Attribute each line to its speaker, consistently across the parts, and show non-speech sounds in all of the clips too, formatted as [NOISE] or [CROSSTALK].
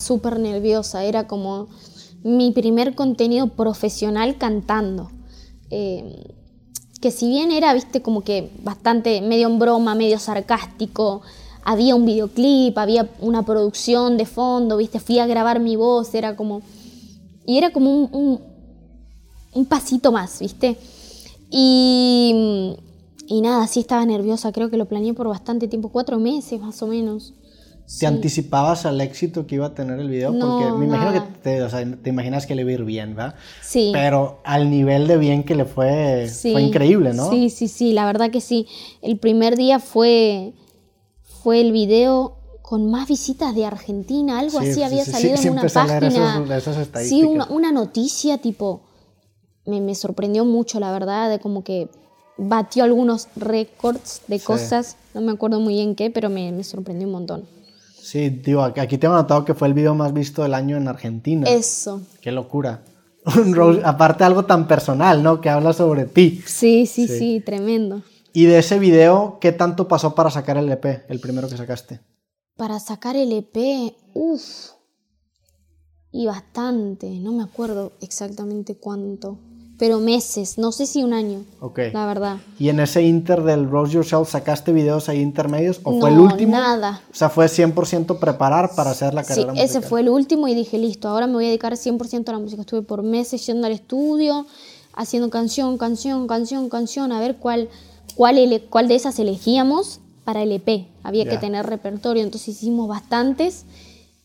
Speaker 1: súper nerviosa, era como mi primer contenido profesional cantando. Eh, que si bien era, viste, como que bastante medio en broma, medio sarcástico, había un videoclip, había una producción de fondo, viste, fui a grabar mi voz, era como... Y era como un, un, un pasito más, viste. Y, y nada, sí estaba nerviosa, creo que lo planeé por bastante tiempo, cuatro meses más o menos.
Speaker 2: ¿Te anticipabas al éxito que iba a tener el video?
Speaker 1: No,
Speaker 2: Porque me imagino
Speaker 1: nada.
Speaker 2: que te, o sea, te imaginas que le iba a ir bien, ¿verdad?
Speaker 1: Sí.
Speaker 2: Pero al nivel de bien que le fue,
Speaker 1: Sí.
Speaker 2: fue increíble, ¿no?
Speaker 1: Sí, sí, sí, la verdad que sí. El primer día fue, fue el video con más visitas de Argentina, algo
Speaker 2: Sí,
Speaker 1: así
Speaker 2: sí,
Speaker 1: había
Speaker 2: sí, sí,
Speaker 1: salido en una
Speaker 2: siempre salen
Speaker 1: página.
Speaker 2: esos- esas
Speaker 1: sí,
Speaker 2: estadísticas.
Speaker 1: una, una noticia tipo, me, me sorprendió mucho, la verdad, de como que batió algunos récords de
Speaker 2: Sí.
Speaker 1: cosas, no me acuerdo muy bien qué, pero me, me sorprendió un montón.
Speaker 2: Sí, digo, aquí aquí tengo anotado que fue el video más visto del año en Argentina.
Speaker 1: Eso.
Speaker 2: Qué locura. [LAUGHS] Un roast- aparte algo tan personal, ¿no? Que habla sobre ti.
Speaker 1: Sí, sí,
Speaker 2: Sí.
Speaker 1: sí, tremendo.
Speaker 2: Y de ese video, ¿qué tanto pasó para sacar el EP, el primero que sacaste?
Speaker 1: Para sacar el EP, uff. Y bastante, no me acuerdo exactamente cuánto. Pero meses, no sé si un año,
Speaker 2: Ok.
Speaker 1: la verdad.
Speaker 2: ¿Y en ese inter del Rose Yourself sacaste videos ahí intermedios o
Speaker 1: no,
Speaker 2: fue el último?
Speaker 1: nada.
Speaker 2: O sea, fue 100% preparar para hacer la
Speaker 1: Sí,
Speaker 2: carrera
Speaker 1: ese
Speaker 2: musical.
Speaker 1: fue el último y dije, listo, ahora me voy a dedicar 100% a la música. Estuve por meses yendo al estudio, haciendo canción, canción, canción, canción, a ver cuál, cuál, ele- cuál de esas elegíamos para el EP. Había
Speaker 2: Ya.
Speaker 1: que tener repertorio, entonces hicimos bastantes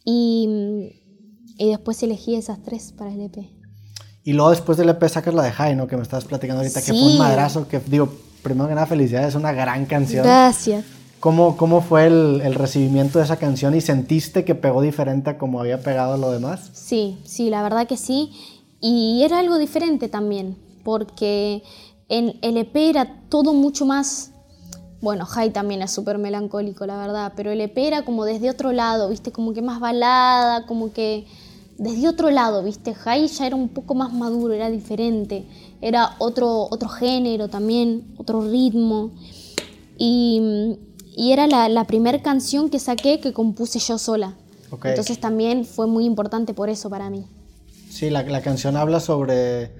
Speaker 1: y, y después elegí esas tres para el E EP.
Speaker 2: Y luego después del EP sacas la de High, ¿no? Que me estabas platicando ahorita, que fue un
Speaker 1: Sí.
Speaker 2: madrazo, que digo, primero que nada, felicidades, es una gran canción.
Speaker 1: Gracias.
Speaker 2: ¿Cómo, cómo fue el, el recibimiento de esa canción y sentiste que pegó diferente a como había pegado lo demás?
Speaker 1: Sí, sí, la verdad que sí. Y era algo diferente también, porque en el EP era todo mucho más... Bueno, High también es súper melancólico, la verdad, pero el EP era como desde otro lado, viste, como que más balada, como que desde otro lado, viste, High ya era un poco más maduro, era diferente, era otro, otro género también, otro ritmo. Y, y era la, la primera canción que saqué que compuse yo sola.
Speaker 2: Ok.
Speaker 1: Entonces también fue muy importante por eso para mí.
Speaker 2: Sí, la, la canción habla sobre,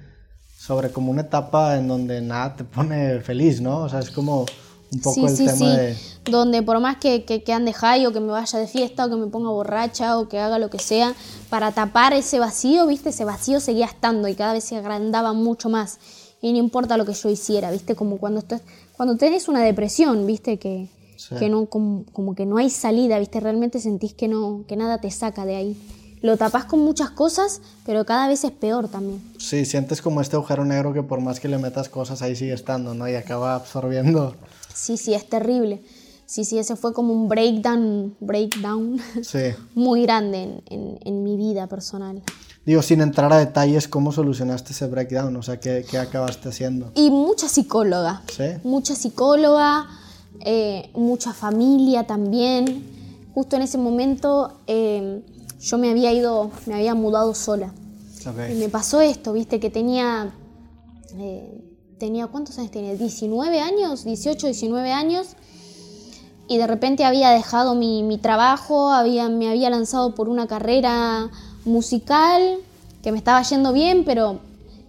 Speaker 2: sobre como una etapa en donde nada te pone feliz, ¿no? O sea, es como un poco
Speaker 1: sí,
Speaker 2: el
Speaker 1: sí,
Speaker 2: tema
Speaker 1: sí.
Speaker 2: de...
Speaker 1: Donde por más que, que, que ande high o que me vaya de fiesta o que me ponga borracha o que haga lo que sea, para tapar ese vacío, viste, ese vacío seguía estando y cada vez se agrandaba mucho más. Y no importa lo que yo hiciera, viste, como cuando estás, cuando tenés una depresión, viste, que,
Speaker 2: Sí.
Speaker 1: que no, como, como que no hay salida, viste, realmente sentís que no, que nada te saca de ahí. Lo tapás con muchas cosas, pero cada vez es peor también.
Speaker 2: Sí, sientes como este agujero negro que por más que le metas cosas ahí sigue estando, ¿no? Y acaba absorbiendo.
Speaker 1: Sí, sí, es terrible. Sí, sí, ese fue como un breakdown, breakdown [LAUGHS]
Speaker 2: Sí.
Speaker 1: muy grande en, en- en mi vida personal.
Speaker 2: Digo, sin entrar a detalles, ¿cómo solucionaste ese breakdown? O sea, ¿qué, qué acabaste haciendo?
Speaker 1: Y mucha psicóloga,
Speaker 2: Sí.
Speaker 1: mucha psicóloga, eh, mucha familia también. Justo en ese momento eh, yo me había ido, me había mudado sola. Y
Speaker 2: Ok.
Speaker 1: me pasó esto, viste, que tenía. eh, tenía ¿Cuántos años tenía? 19 años, 18, 19 años. Y de repente había dejado mi, mi trabajo, había, me había lanzado por una carrera musical que me estaba yendo bien, pero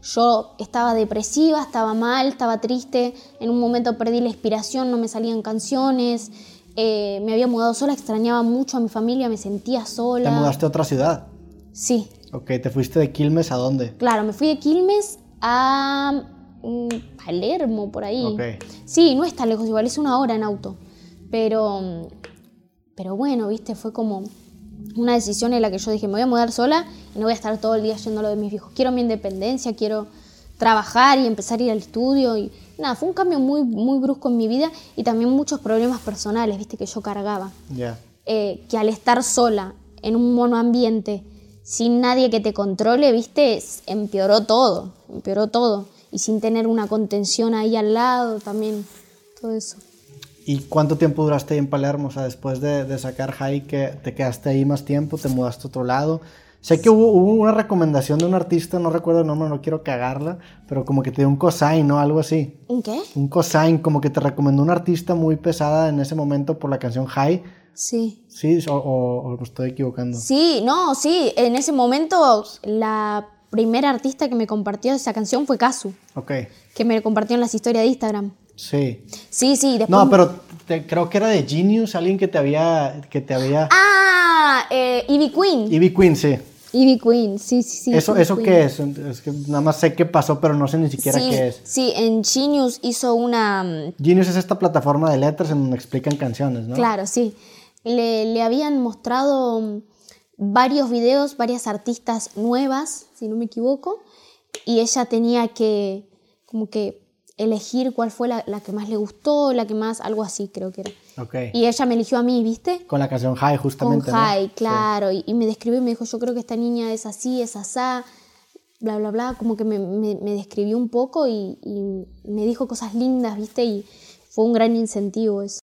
Speaker 1: yo estaba depresiva, estaba mal, estaba triste. En un momento perdí la inspiración, no me salían canciones. eh, me había mudado sola, extrañaba mucho a mi familia, me sentía sola.
Speaker 2: ¿Te mudaste a otra ciudad?
Speaker 1: Sí,
Speaker 2: Ok, ¿te fuiste de Quilmes a dónde?
Speaker 1: Claro, me fui de Quilmes a mm, Palermo, por ahí.
Speaker 2: Ok.
Speaker 1: Sí, no es tan lejos, igual es una hora en auto. Pero, mm, pero bueno, viste, fue como una decisión en la que yo dije, me voy a mudar sola y no voy a estar todo el día yendo a lo de mis viejos. Quiero mi independencia, quiero trabajar y empezar a ir al estudio. Y nada, fue un cambio muy, muy brusco en mi vida y también muchos problemas personales, viste, que yo cargaba
Speaker 2: Ya.
Speaker 1: eh, que al estar sola en un monoambiente, sin nadie que te controle, viste, Es- empeoró todo, empeoró todo. Y sin tener una contención ahí al lado también, todo eso.
Speaker 2: ¿Y cuánto tiempo duraste ahí en Palermo? O sea, después de, de sacar High, que te quedaste ahí más tiempo, te mudaste a otro lado. Sé que hubo, hubo una recomendación de un artista, no recuerdo el nombre, no quiero cagarla, pero como que te dio un cosign, ¿no? Algo así.
Speaker 1: ¿Un qué?
Speaker 2: Un cosign, como que te recomendó un artista muy pesada en ese momento por la canción High,
Speaker 1: Sí.
Speaker 2: Sí, o, o- o me estoy equivocando.
Speaker 1: Sí, no, sí, en ese momento la primera artista que me compartió esa canción fue Kazu,
Speaker 2: Ok,
Speaker 1: que me compartió en las historias de Instagram.
Speaker 2: sí.
Speaker 1: Sí, sí, después...
Speaker 2: No, pero te- creo que era de Genius, alguien que te había... Que te había...
Speaker 1: Ah, eh, Ivy Queen.
Speaker 2: Ivy Queen, sí.
Speaker 1: Ivy Queen, sí, sí, sí.
Speaker 2: ¿Eso,
Speaker 1: Ivy
Speaker 2: eso
Speaker 1: Queen.
Speaker 2: qué es? Es que nada más sé qué pasó, pero no sé ni siquiera
Speaker 1: sí,
Speaker 2: qué es.
Speaker 1: Sí, en Genius hizo una... mm,
Speaker 2: Genius es esta plataforma de letras en donde explican canciones, ¿no?
Speaker 1: Claro, sí. Le, le habían mostrado mm, varios videos, varias artistas nuevas, si no me equivoco, y ella tenía que como que elegir cuál fue la, la que más le gustó, la que más, algo así creo que era.
Speaker 2: Ok.
Speaker 1: Y ella me eligió a mí, ¿viste?
Speaker 2: Con la canción High,
Speaker 1: Con
Speaker 2: justamente. ¿no?
Speaker 1: Jai,
Speaker 2: Sí.
Speaker 1: claro. Y, y me describió y me dijo, yo creo que esta niña es así, es asá, bla, bla, bla. Como que me, me- me describió un poco y, y me dijo cosas lindas, ¿viste? Y fue un gran incentivo eso.